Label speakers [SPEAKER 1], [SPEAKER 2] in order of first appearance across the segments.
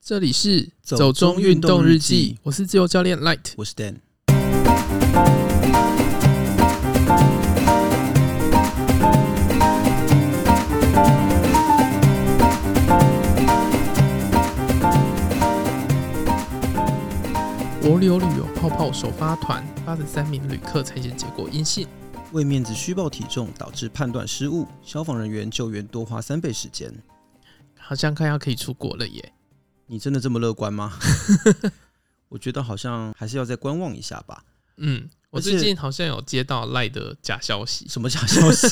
[SPEAKER 1] 这里是
[SPEAKER 2] 走
[SPEAKER 1] 走中
[SPEAKER 2] 中
[SPEAKER 1] 运
[SPEAKER 2] 运动
[SPEAKER 1] 动
[SPEAKER 2] 日
[SPEAKER 1] 日记
[SPEAKER 2] 记，
[SPEAKER 1] 我是自由教练 Light。
[SPEAKER 2] 我是 Dan。
[SPEAKER 1] 国流旅游泡泡首发团八十三名旅客裁剪结果阴性。
[SPEAKER 2] 为面子虚报体重导致判断失误，消防人员救援多花三倍时间。
[SPEAKER 1] 好像快要可以出国了耶！
[SPEAKER 2] 你真的这么乐观吗？ 我觉得好像还是要再观望一下吧。
[SPEAKER 1] 嗯，我
[SPEAKER 2] 而且
[SPEAKER 1] 最近好像有接到赖的假消息，
[SPEAKER 2] 什么假消息？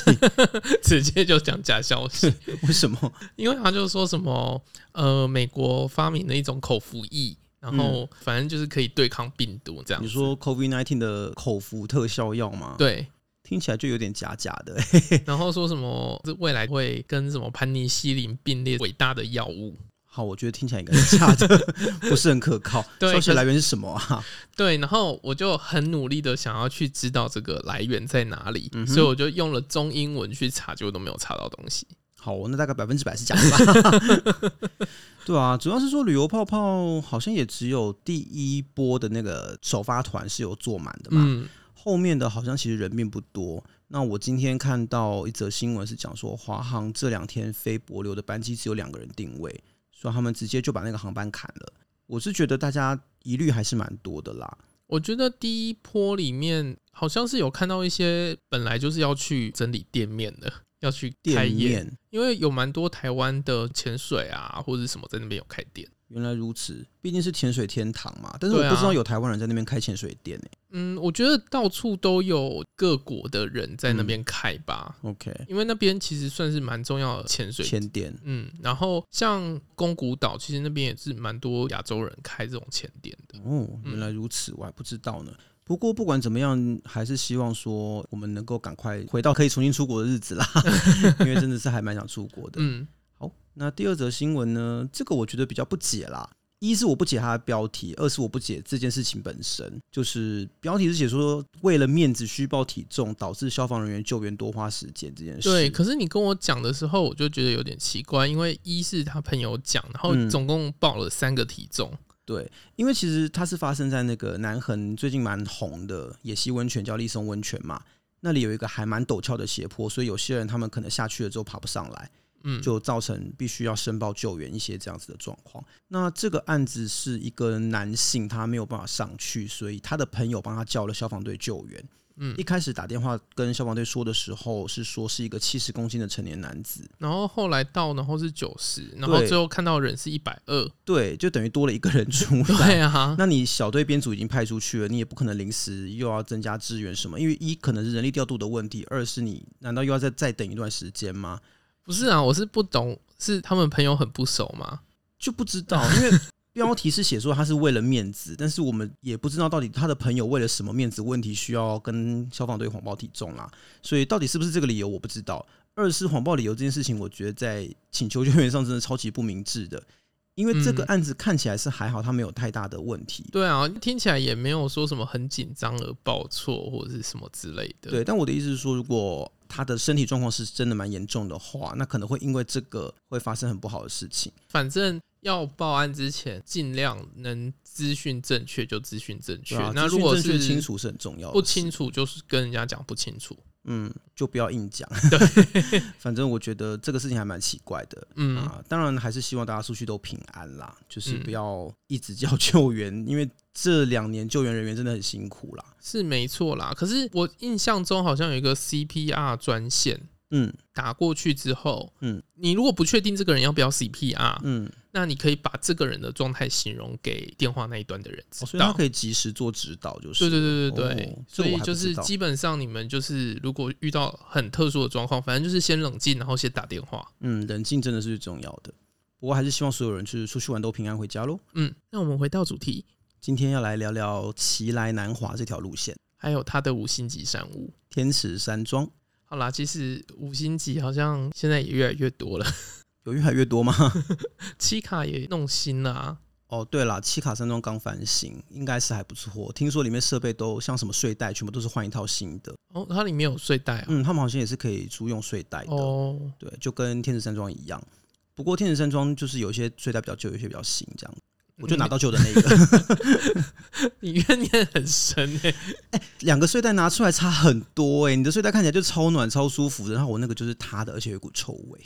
[SPEAKER 1] 直接就讲假消息，
[SPEAKER 2] 为什么？
[SPEAKER 1] 因为他就说什么呃，美国发明了一种口服液，然后反正就是可以对抗病毒这样子。
[SPEAKER 2] 嗯你说 COVID nineteen 的口服特效药吗？，
[SPEAKER 1] 对，
[SPEAKER 2] 听起来就有点假假的、
[SPEAKER 1] 然后说什么这未来会跟什么盘尼西林并列伟大的药物。
[SPEAKER 2] 好，我觉得听起来应该是 假的，不是很可靠。
[SPEAKER 1] 对
[SPEAKER 2] 消
[SPEAKER 1] 可
[SPEAKER 2] 息
[SPEAKER 1] 是
[SPEAKER 2] 来源是什么啊？
[SPEAKER 1] 对，然后我就很努力的想要去知道这个来源在哪里，
[SPEAKER 2] 嗯哼
[SPEAKER 1] 所以我就用了中英文去查，结果都没有查到东西。
[SPEAKER 2] 好，那大概百分之百是假的吧。 对啊，主要是说旅游泡泡好像也只有第一波的那个首发团是有坐满的嘛，
[SPEAKER 1] 嗯，
[SPEAKER 2] 后面的好像其实人并不多。那我今天看到一则新闻是讲说，华航这两天飞博流的班机只有两个人定位，所以他们直接就把那个航班砍了。我是觉得大家疑虑还是蛮多的啦。
[SPEAKER 1] 我觉得第一波里面好像是有看到一些本来就是要去整理店面的，要去开
[SPEAKER 2] 店
[SPEAKER 1] 业，
[SPEAKER 2] 面
[SPEAKER 1] 因为有蛮多台湾的潜水啊或者什么在那边有开店。
[SPEAKER 2] 原来如此，毕竟是潜水天堂嘛。但是我
[SPEAKER 1] 对啊
[SPEAKER 2] 不知道有台湾人在那边开潜水店欸呢、
[SPEAKER 1] 嗯，我觉得到处都有各国的人在那
[SPEAKER 2] 嗯
[SPEAKER 1] 边开吧，
[SPEAKER 2] OK，
[SPEAKER 1] 因为那边其实算是蛮重要的潜水
[SPEAKER 2] 潜点
[SPEAKER 1] 嗯，然后像宫古岛，其实那边也是蛮多亚洲人开这种潜店的。
[SPEAKER 2] 哦，
[SPEAKER 1] 嗯
[SPEAKER 2] 原来如此，我还不知道呢。不过不管怎么样，还是希望说我们能够赶快回到可以重新出国的日 子啦，因为真的是还蛮想出国的。
[SPEAKER 1] 嗯，
[SPEAKER 2] 好，那第二则新闻呢？这个我觉得比较不解啦。一是我不解它的标题，二是我不解这件事情本身。就是标题是写说为了面子虚报体重，导致消防人员救援多花时间这件事。
[SPEAKER 1] 对。可是你跟我讲的时候，我就觉得有点奇怪，因为一是他朋友讲，然后
[SPEAKER 2] 嗯
[SPEAKER 1] 总共报了三个体重。
[SPEAKER 2] 对，因为其实它是发生在那个南横最近蛮红的野溪温泉，叫丽松温泉嘛。那里有一个还蛮陡峭的斜坡，所以有些人他们可能下去了之后爬不上来，
[SPEAKER 1] 嗯，
[SPEAKER 2] 就造成必须要申报救援一些这样子的状况。那这个案子是一个男性，他没有办法上去，所以他的朋友帮他叫了消防队救援。
[SPEAKER 1] 嗯
[SPEAKER 2] 一开始打电话跟消防队说的时候，是说是一个七十公斤的成年男子，
[SPEAKER 1] 然后后来到，然后是九十，然后
[SPEAKER 2] 对
[SPEAKER 1] 最后看到人是一百二。
[SPEAKER 2] 对，就等于多了一个人出来。
[SPEAKER 1] 对啊，
[SPEAKER 2] 那你小队编组已经派出去了，你也不可能临时又要增加支援什么，因为一可能是人力调度的问题，二是你难道又要再再等一段时间吗？
[SPEAKER 1] 不是啊，我是不懂，是他们朋友很不熟吗？
[SPEAKER 2] 就不知道，因为标题是写说他是为了面子，但是我们也不知道到底他的朋友为了什么面子问题需要跟消防队谎报体重啦，所以到底是不是这个理由我不知道。二是谎报理由这件事情，我觉得在请求救援上真的超级不明智的，因为这个
[SPEAKER 1] 嗯
[SPEAKER 2] 案子看起来是还好，他没有太大的问题。
[SPEAKER 1] 对啊，听起来也没有说什么很紧张而报错或者是什么之类的。
[SPEAKER 2] 对，但我的意思是说，如果他的身体状况是真的蛮严重的话，那可能会因为这个会发生很不好的事情。
[SPEAKER 1] 反正要报案之前，尽量能资讯正确就资讯正确。
[SPEAKER 2] 对啊
[SPEAKER 1] 那如
[SPEAKER 2] 资讯
[SPEAKER 1] 果
[SPEAKER 2] 正
[SPEAKER 1] 是
[SPEAKER 2] 确清，楚是很重要的，
[SPEAKER 1] 不清，楚就是跟人家讲不清楚。
[SPEAKER 2] 嗯，就不要硬讲。 反正我觉得这个事情还蛮奇怪的。
[SPEAKER 1] 嗯，
[SPEAKER 2] 啊，当然还是希望大家出去都平安啦，就是
[SPEAKER 1] 嗯
[SPEAKER 2] 不要一直叫 救援，因为这两年救援人员真的很辛苦啦。
[SPEAKER 1] 是没错啦。可是我印象中好像有一个 CPR 专线。
[SPEAKER 2] 嗯
[SPEAKER 1] 打过去之后，嗯
[SPEAKER 2] 嗯，
[SPEAKER 1] 你如果不确定这个人要不要 CPR，、
[SPEAKER 2] 嗯，
[SPEAKER 1] 那你可以把这个人的状态形容给电话那一端的人
[SPEAKER 2] 哦
[SPEAKER 1] 知
[SPEAKER 2] 所以他
[SPEAKER 1] 道。
[SPEAKER 2] 可以及时做指导，就是
[SPEAKER 1] 对对对对对，
[SPEAKER 2] 哦这
[SPEAKER 1] 所
[SPEAKER 2] 我
[SPEAKER 1] 以
[SPEAKER 2] 还不
[SPEAKER 1] 就是
[SPEAKER 2] 知道
[SPEAKER 1] 基本上你们就是如果遇到很特殊的状况，反正就是先冷静，然后先打电话。
[SPEAKER 2] 嗯，冷静真的是最重要的。不过还是希望所有人就是出去玩都平安回家喽。
[SPEAKER 1] 嗯，那我们回到主题，
[SPEAKER 2] 今天要来聊聊奇来南华这条路线，
[SPEAKER 1] 还有它的五星级山屋。
[SPEAKER 2] 天池山庄
[SPEAKER 1] 好啦，其实五星级好像现在也越来越多了，
[SPEAKER 2] 有越来越多吗？
[SPEAKER 1] 七卡也弄新了、啊。
[SPEAKER 2] 哦，对了，七卡山庄刚翻新，应该是还不错。听说里面设备都像什么睡袋，全部都是换一套新的。嗯
[SPEAKER 1] 哦，它里面有睡袋啊。
[SPEAKER 2] 嗯，他们好像也是可以租用睡袋的，
[SPEAKER 1] 哦，
[SPEAKER 2] 对，就跟天池山庄一样。不过天使山庄就是有一些睡袋比较旧，有一些比较新，这
[SPEAKER 1] 嗯
[SPEAKER 2] 样我就拿到旧的那 一个，
[SPEAKER 1] 你怨念很深哎、
[SPEAKER 2] 两个睡袋拿出来差很多哎、你的睡袋看起来就超暖超舒服的，然后我那个就是塌的，而且有一股臭味，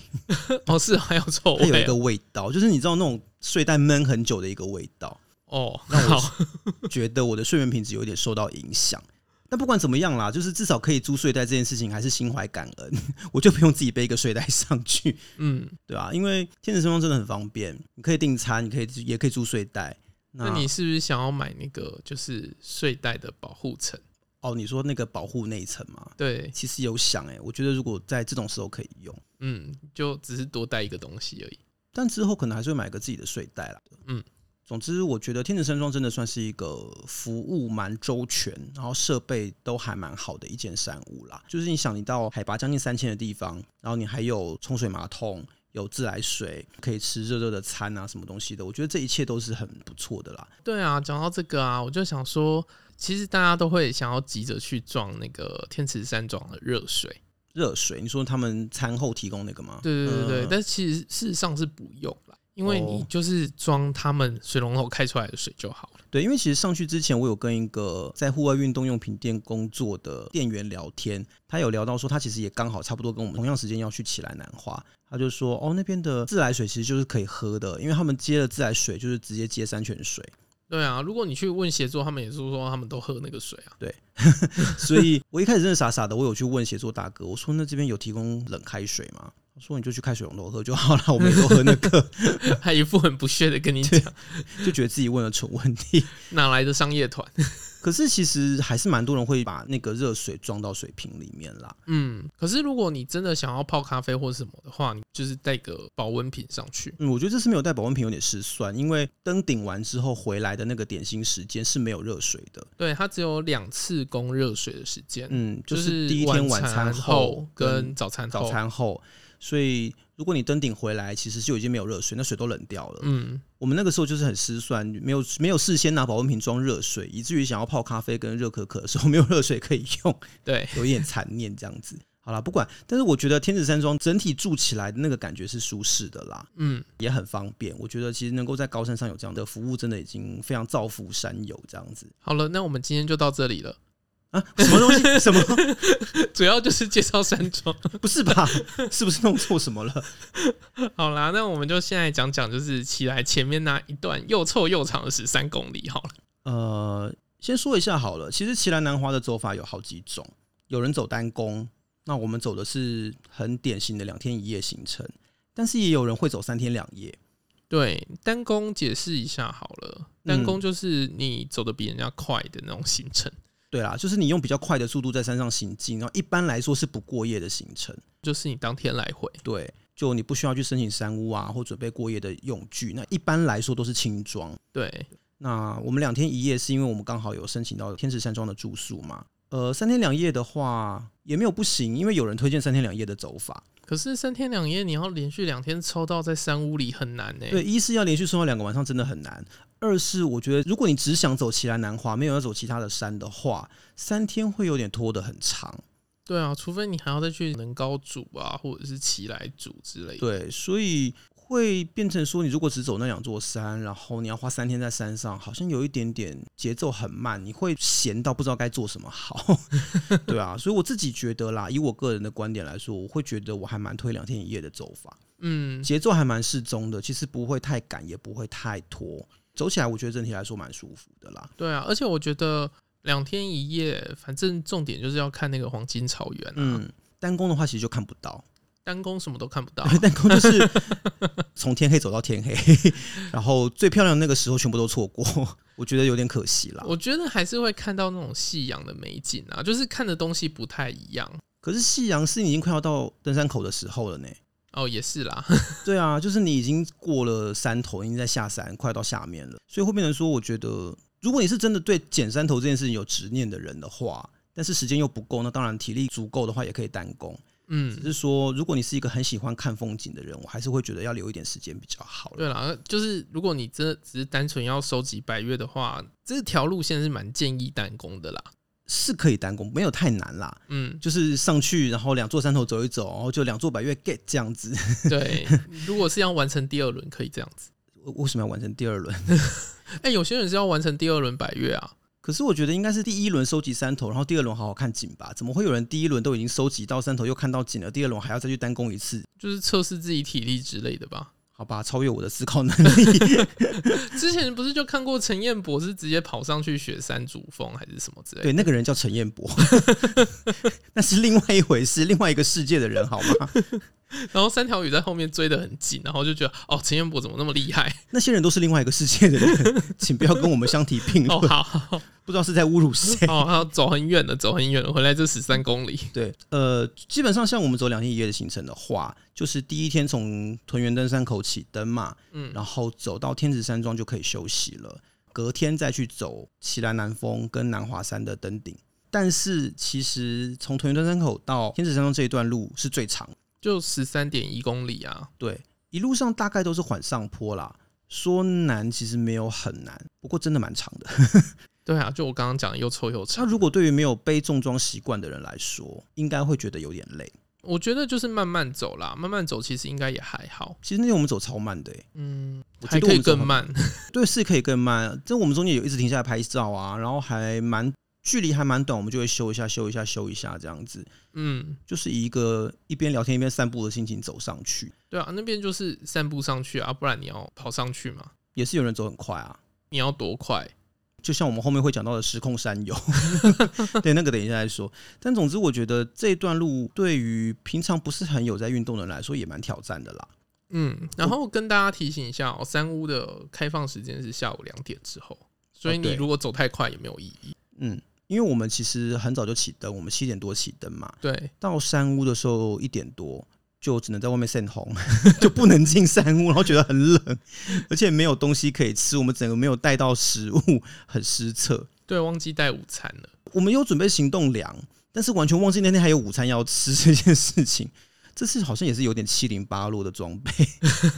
[SPEAKER 1] 哦，是还有哦臭
[SPEAKER 2] 它有
[SPEAKER 1] 味
[SPEAKER 2] 一个味道，就是你知道那种睡袋闷很久的一个味道，
[SPEAKER 1] 哦。
[SPEAKER 2] 那我
[SPEAKER 1] 好，
[SPEAKER 2] 觉得我的睡眠品质有一点受到影响。但不管怎么样啦，就是至少可以租睡袋这件事情，还是心怀感恩， 我就不用自己背一个睡袋上去。
[SPEAKER 1] 嗯，
[SPEAKER 2] 对啊，因为天使山庄真的很方便，你可以订餐，你可以也可以住睡袋。那
[SPEAKER 1] 那你是不是想要买那个就是睡袋的保护层？
[SPEAKER 2] 哦，你说那个保护那一层吗？
[SPEAKER 1] 对，
[SPEAKER 2] 其实有想哎、我觉得如果在这种时候可以用，
[SPEAKER 1] 嗯，就只是多带一个东西而已。
[SPEAKER 2] 但之后可能还是会买个自己的睡袋啦。
[SPEAKER 1] 嗯，
[SPEAKER 2] 总之我觉得天使山庄真的算是一个服务蛮周全，然后设备都还蛮好的一间山屋啦。就是你想，你到海拔将近三千的地方，然后你还有冲水马桶。有自来水，可以吃热热的餐啊，什么东西的，我觉得这一切都是很不错的啦。
[SPEAKER 1] 对啊，讲到这个啊，我就想说，其实大家都会想要急着去撞那个天池山庄的热水，
[SPEAKER 2] 热水，你说他们餐后提供那个吗？
[SPEAKER 1] 对对对对，
[SPEAKER 2] 嗯
[SPEAKER 1] 但其实事实上是不用啦，因为你
[SPEAKER 2] 哦
[SPEAKER 1] 就是装他们水龙头开出来的水就好了。
[SPEAKER 2] 对，因为其实上去之前，我有跟一个在户外运动用品店工作的店员聊天，他有聊到说，他其实也刚好差不多跟我们同样时间要去起来南花，他就说，哦，那边的自来水其实就是可以喝的，因为他们接了自来水就是直接接山泉水，
[SPEAKER 1] 对啊，如果你去问协作，他们也是说他们都喝那个水啊。
[SPEAKER 2] 所以我一开始真的傻傻的，我有去问写作大哥，我说那这边有提供冷开水吗？他说你就去开水龙头喝就好了，我们也都喝那个，
[SPEAKER 1] 他一副很不屑的跟你讲，
[SPEAKER 2] 就觉得自己问了蠢问题。
[SPEAKER 1] 哪来的商业团？
[SPEAKER 2] 可是其实还是蛮多人会把那个热水装到水瓶里面啦。
[SPEAKER 1] 嗯，可是如果你真的想要泡咖啡或什么的话，你就是带个保温瓶上去。
[SPEAKER 2] 嗯，我觉得这次没有带保温瓶有点失算，因为登顶完之后回来的那个点心时间是没有热水的。
[SPEAKER 1] 对，它只有两次供热水的时间，
[SPEAKER 2] 嗯，
[SPEAKER 1] 就
[SPEAKER 2] 就是第一天晚餐
[SPEAKER 1] 后
[SPEAKER 2] 跟
[SPEAKER 1] 跟早餐后。
[SPEAKER 2] 早餐后，所以如果你登顶回来，其实就已经没有热水，那水都冷掉了。
[SPEAKER 1] 嗯，
[SPEAKER 2] 我们那个时候就是很失算，没有没有事先拿保温瓶装热水，以至于想要泡咖啡跟热可可的时候没有热水可以用。
[SPEAKER 1] 对，
[SPEAKER 2] 有一点残念这样子。好啦，不管，但是我觉得天子山庄整体住起来的那个感觉是舒适的啦，
[SPEAKER 1] 嗯，
[SPEAKER 2] 也很方便。我觉得其实能够在高山上有这样的服务，真的已经非常造福山友这样子
[SPEAKER 1] 好了，那我们今天就到这里了，
[SPEAKER 2] 啊。什么东西？ 什么？
[SPEAKER 1] 主要就是介绍山庄。
[SPEAKER 2] 不是吧？是不是弄错什么了？
[SPEAKER 1] 好啦，那我们就现在讲讲，就是起来前面那一段又臭又长的十三公里好了。
[SPEAKER 2] 呃，先说一下好了，其实奇兰南花的走法有好几种，有人走单攻，那我们走的是很典型的两天一夜行程，但是也有人会走三天两夜。
[SPEAKER 1] 对，单攻解释一下好了，单攻就是你走的比人家快的那种行程。
[SPEAKER 2] 对啦，就是你用比较快的速度在山上行进，然后一般来说是不过夜的行程。
[SPEAKER 1] 就是你当天来回，
[SPEAKER 2] 对，就你不需要去申请山屋啊，或准备过夜的用具。那一般来说都是轻装。
[SPEAKER 1] 对，
[SPEAKER 2] 那我们两天一夜是因为我们刚好有申请到天池山庄的住宿嘛。呃，三天两夜的话也没有不行，因为有人推荐三天两夜的走法。
[SPEAKER 1] 可是三天两夜，你要连续两天抽到在山屋里很难呢、欸
[SPEAKER 2] 对，，一是要连续睡到两个晚上真的很难。二是我觉得，如果你只想走奇兰南华，没有要走其他的山的话，三天会有点拖得很长。
[SPEAKER 1] 对啊，除非你还要再去能高组啊，或者是奇来组之类的。
[SPEAKER 2] 对，所以会变成说，你如果只走那两座山，然后你要花三天在山上，好像有一点点节奏很慢，你会闲到不知道该做什么好。 对啊，所以我自己觉得啦，以我个人的观点来说，我会觉得我还蛮推两天一夜的走法，
[SPEAKER 1] 嗯，
[SPEAKER 2] 节奏还蛮适中的，其实不会太赶，也不会太拖。走起来，我觉得整体来说蛮舒服的啦。
[SPEAKER 1] 对啊，而且我觉得两天一夜，反正重点就是要看那个黄金草原啊，
[SPEAKER 2] 嗯，单攻的话其实就看不到，
[SPEAKER 1] 单攻什么都看 不到。
[SPEAKER 2] 单攻就是从天黑走到天黑， 然后最漂亮的那个时候全部都错过，我觉得有点可惜啦。
[SPEAKER 1] 我觉得还是会看到那种夕阳的美景啊，就是看的东西不太一样。
[SPEAKER 2] 可是夕阳是你已经快要到登山口的时候了呢。
[SPEAKER 1] 哦，也是啦，
[SPEAKER 2] 对啊，就是你已经过了山头，已经在下山，快到下面了，所以会变成说，我觉得如果你是真的对捡山头这件事情有执念的人的话。但是时间又不够，那当然体力足够的话也可以单攻。只
[SPEAKER 1] 嗯，
[SPEAKER 2] 是说，如果你是一个很喜欢看风景的人，我还是会觉得要留一点时间比较好啦。
[SPEAKER 1] 对啦，就是如果你真的只是单纯要收集百越的话，这条路线是蛮建议单攻的啦。
[SPEAKER 2] 是可以单攻，没有太难啦。
[SPEAKER 1] 嗯，
[SPEAKER 2] 就是上去，然后两座山头走一走，然后就两座百越 get 这样子。
[SPEAKER 1] 对。如果是要完成第二轮，可以这样子。
[SPEAKER 2] 为为什么要完成第二轮？
[SPEAKER 1] 哎、有些人是要完成第二轮百越啊，
[SPEAKER 2] 可是我觉得应该是第一轮收集山头，然后第二轮好好看景吧。怎么会有人第一轮都已经收集到山头又看到景了，第二轮还要再去单攻一次？
[SPEAKER 1] 就是测试自己体力之类的吧。
[SPEAKER 2] 好吧，超越我的思考能 力。
[SPEAKER 1] 之前不是就看过陈彦博是直接跑上去雪山主峰还是什么之类的？
[SPEAKER 2] 对，那个人叫陈彦博， 那是另外一回事，另外一个世界的人好吗？
[SPEAKER 1] 然后三条鱼在后面追得很紧，然后就觉得哦，陈彦博怎么那么厉害？
[SPEAKER 2] 那些人都是另外一个世界的人，请不要跟我们相提并
[SPEAKER 1] 哦，
[SPEAKER 2] 论。
[SPEAKER 1] 好好好
[SPEAKER 2] 不知道是在侮辱谁。
[SPEAKER 1] 好，他哦走很远了，走很远了，回来这十三公里。
[SPEAKER 2] 对，呃，基本上像我们走两天一夜的行程的话，就是第一天从屯园登山口起登嘛，
[SPEAKER 1] 嗯
[SPEAKER 2] 然后走到天子山庄就可以休息了，隔天再去走奇兰南峰跟南华山的登顶。但是其实从屯园登山口到天子山庄这一段路是最长的，
[SPEAKER 1] 就十三点一公里啊，
[SPEAKER 2] 对，一路上大概都是缓上坡啦。说难其实没有很难，不过真的蛮长的。
[SPEAKER 1] 对啊，就我刚刚讲的又臭又
[SPEAKER 2] 那
[SPEAKER 1] 长，
[SPEAKER 2] 如果对于没有背重装习惯的人来说，应该会觉得有点累。
[SPEAKER 1] 我觉得就是慢慢走啦，慢慢走其实应该也还好，
[SPEAKER 2] 其实那天我们走超慢的、欸，
[SPEAKER 1] 嗯，
[SPEAKER 2] 我
[SPEAKER 1] 还可
[SPEAKER 2] 觉得我
[SPEAKER 1] 以
[SPEAKER 2] 们走
[SPEAKER 1] 更慢，
[SPEAKER 2] 对，是可以更慢。但我们中间有一直停下来拍照啊，然后还蛮距离还蛮短，我们就会修一下、修一下、修一下这样子，
[SPEAKER 1] 嗯，
[SPEAKER 2] 就是以一个一边聊天一边散步的心情走上去。
[SPEAKER 1] 对啊，那边就是散步上去啊，不然你要跑上去嘛，
[SPEAKER 2] 也是有人走很快啊，
[SPEAKER 1] 你要多快？
[SPEAKER 2] 就像我们后面会讲到的失控山友， 对那个等一下再说。但总之，我觉得这段路对于平常不是很有在运动的人来说，也蛮挑战的啦。
[SPEAKER 1] 嗯，然后跟大家提醒一下哦，三屋的开放时间是下午两点之后，所以
[SPEAKER 2] 哦
[SPEAKER 1] 你
[SPEAKER 2] 对
[SPEAKER 1] 如果走太快也没有意义。
[SPEAKER 2] 嗯，因为我们其实很早就起灯，我们七点多起灯嘛，
[SPEAKER 1] 对，
[SPEAKER 2] 到山屋的时候一点多，就只能在外面晒红， 就不能进山屋，然后觉得很冷，而且没有东西可以吃，我们整个没有带到食物，很失策。
[SPEAKER 1] 对，忘记带午餐了。
[SPEAKER 2] 我们有准备行动粮，但是完全忘记那天还有午餐要吃 这件事情。这次好像也是有点七零八落的装备，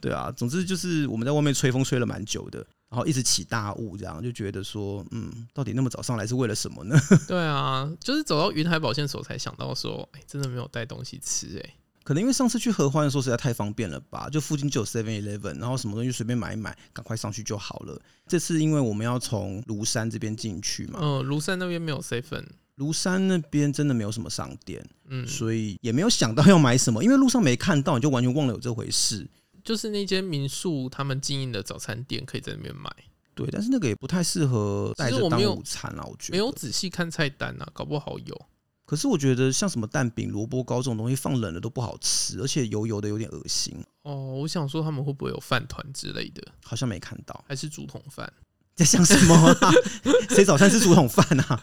[SPEAKER 2] 对啊，总之就是我们在外面吹风吹了蛮久的，然后一直起大雾，这样就觉得说，嗯，到底那么早上来是为了什么呢？
[SPEAKER 1] 对啊，就是走到云海保健所才想到说，哎、真的没有带东西吃哎、
[SPEAKER 2] 可能因为上次去合欢的时候实在太方便了吧，就附近就有 Seven Eleven，然后什么东西随便买一买，赶快上去就好了。这次因为我们要从庐山这边进去嘛，
[SPEAKER 1] 嗯，庐山那边没有 seven，
[SPEAKER 2] 庐山那边真的没有什么商店，
[SPEAKER 1] 嗯，
[SPEAKER 2] 所以也没有想到要买什么，因为路上没看到，你就完全忘了有这回事。
[SPEAKER 1] 就是那间民宿他们经营的早餐店可以在那边买，
[SPEAKER 2] 对，但是那个也不太适合带
[SPEAKER 1] 其实
[SPEAKER 2] 着
[SPEAKER 1] 我
[SPEAKER 2] 当
[SPEAKER 1] 没有
[SPEAKER 2] 午餐啦，我觉得
[SPEAKER 1] 没有。仔细看菜单啊，搞不好有。
[SPEAKER 2] 可是我觉得像什么蛋饼、萝卜糕这种东西放冷了都不好吃，而且油油的有点恶心，
[SPEAKER 1] 哦，我想说他们会不会有饭团之类的，
[SPEAKER 2] 好像没看到。
[SPEAKER 1] 还是竹筒饭？
[SPEAKER 2] 在想什么、啊？ 谁早餐吃竹筒饭啊？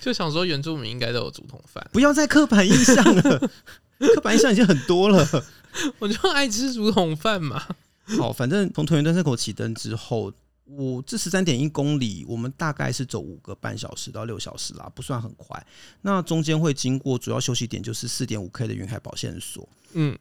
[SPEAKER 1] 就想说原住民应该都有竹筒 饭，
[SPEAKER 2] 不要再刻板印象了， 刻板印象已经很多了。
[SPEAKER 1] 我就爱吃竹筒饭嘛。
[SPEAKER 2] 好，反正从屯园登山口起登之后，我这十三点一公里，我们大概是走五个半小时到六小时啦，不算很快。那中间会经过主要休息点，就是四点五 K 的云海保线所。
[SPEAKER 1] 嗯，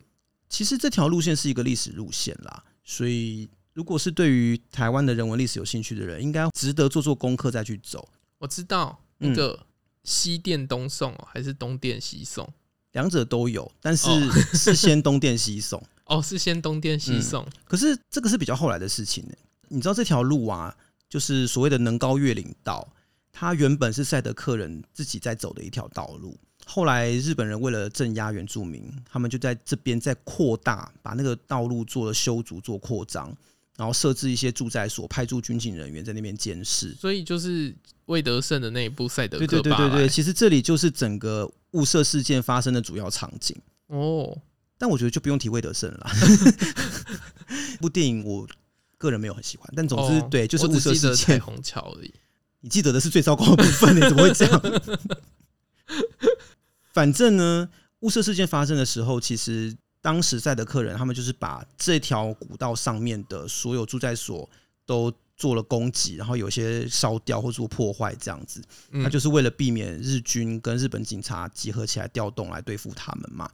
[SPEAKER 2] 其实这条路线是一个历史路线啦，所以如果是对于台湾的人文历史有兴趣的人，应该值得做做功课再去走。
[SPEAKER 1] 我知道
[SPEAKER 2] 嗯
[SPEAKER 1] 那个西店东送哦，还是东店西送？
[SPEAKER 2] 两者都有，但是
[SPEAKER 1] 哦
[SPEAKER 2] 是先东店西送。
[SPEAKER 1] 哦，是先东店西送。
[SPEAKER 2] 可是这个是比较后来的事情呢。你知道这条路啊，就是所谓的能高越岭道，它原本是赛德克人自己在走的一条道路。后来日本人为了镇压原住民，他们就在这边在扩大，把那个道路做了修筑、做扩张，然后设置一些住宅所，派驻军警人员在那边监视。
[SPEAKER 1] 所以就是魏德胜的那一部《赛德
[SPEAKER 2] 对
[SPEAKER 1] 克
[SPEAKER 2] 对对
[SPEAKER 1] 巴莱
[SPEAKER 2] 对对，其实这里就是整个雾社事件发生的主要场景。
[SPEAKER 1] 哦，
[SPEAKER 2] 但我觉得就不用提魏德胜了啦。 这部电影我个人没有很喜欢，但总之、
[SPEAKER 1] 哦
[SPEAKER 2] 对，就是
[SPEAKER 1] 我
[SPEAKER 2] 雾
[SPEAKER 1] 只
[SPEAKER 2] 社
[SPEAKER 1] 记得
[SPEAKER 2] 事
[SPEAKER 1] 彩
[SPEAKER 2] 件，
[SPEAKER 1] 虹桥而已。
[SPEAKER 2] 你记得的是最糟糕的部分，你怎么会这样？ 反正呢，雾社事件发生的时候，其实当时在的客人他们就是把这条古道上面的所有住宅所都做了攻击，然后有些烧掉或做破坏这样子。那
[SPEAKER 1] 嗯，
[SPEAKER 2] 就是为了避免日军跟日本警察集合起来调动来对付他们嘛。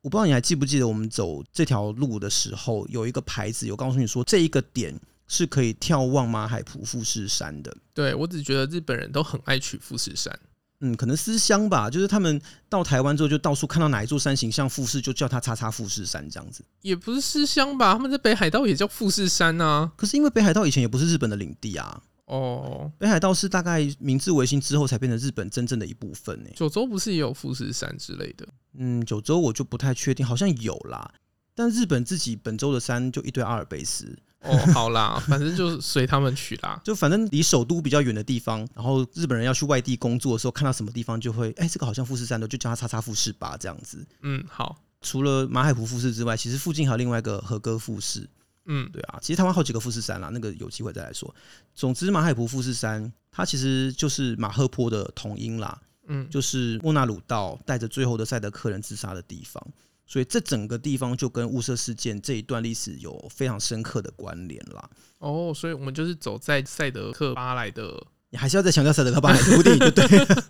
[SPEAKER 2] 我不知道你还记不记得我们走这条路的时候，有一个牌子有告诉你说这一个点是可以眺望马海普富士山的。
[SPEAKER 1] 对我只觉得日本人都很爱去富士山，
[SPEAKER 2] 嗯，可能思乡吧，就是他们到台湾之后，就到处看到哪一座山形像富士，就叫它“叉叉富士山”这样子。
[SPEAKER 1] 也不是思乡吧？他们在北海道也叫富士山啊。
[SPEAKER 2] 可是因为北海道以前也不是日本的领地啊，
[SPEAKER 1] 哦，
[SPEAKER 2] 北海道是大概明治维新之后才变成日本真正的一部分呢、
[SPEAKER 1] 九州不是也有富士山之类的？
[SPEAKER 2] 嗯，九州我就不太确定，好像有啦。但日本自己本州的山就一堆阿尔卑斯，
[SPEAKER 1] 哦，好啦，反正就随他们去啦。
[SPEAKER 2] 就反正离首都比较远的地方，然后日本人要去外地工作的时候，看到什么地方就会，哎、这个好像富士山的，就叫它“叉叉富士”吧，这样子。
[SPEAKER 1] 嗯，好，
[SPEAKER 2] 除了马海湖富士之外，其实附近还有另外一个和歌富士，
[SPEAKER 1] 嗯，
[SPEAKER 2] 对啊，其实台湾好几个富士山啦，那个有机会再来说。总之，马海湖富士山它其实就是马赫坡的同音啦，
[SPEAKER 1] 嗯，
[SPEAKER 2] 就是莫纳鲁道带着最后的赛德克人自杀的地方，所以这整个地方就跟雾社事件这一段历史有非常深刻的关联啦。
[SPEAKER 1] 哦，所以我们就是走在赛德克巴莱的，
[SPEAKER 2] 你还是要再强调赛德克巴海湖地，对不对？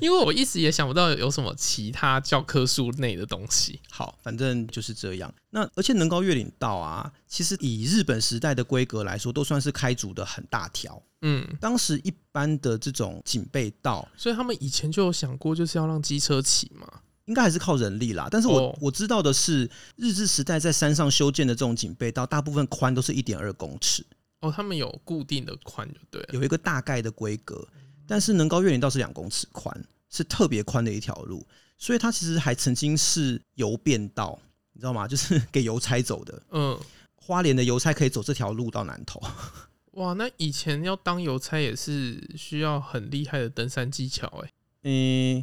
[SPEAKER 1] 因为我一直也想不到有什么其他教科书内的东西。
[SPEAKER 2] 好，反正就是这样。那而且能高月岭道啊，其实以日本时代的规格来说，都算是开足的很大条。
[SPEAKER 1] 嗯，
[SPEAKER 2] 当时一般的这种警备道，
[SPEAKER 1] 所以他们以前就有想过，就是要让机车骑嘛。
[SPEAKER 2] 应该还是靠人力啦。但是我、
[SPEAKER 1] 哦
[SPEAKER 2] 我知道的是，日治时代在山上修建的这种警备道，大部分宽都是一点二公尺，
[SPEAKER 1] 哦，他们有固定的宽就对了。
[SPEAKER 2] 有一个大概的规格。但是能高月岭道是两公尺宽，是特别宽的一条路，所以它其实还曾经是邮便道，你知道吗？就是给邮差走的。
[SPEAKER 1] 嗯，
[SPEAKER 2] 花莲的邮差可以走这条路到南投。
[SPEAKER 1] 哇，那以前要当邮差也是需要很厉害的登山技巧哎、
[SPEAKER 2] 嗯，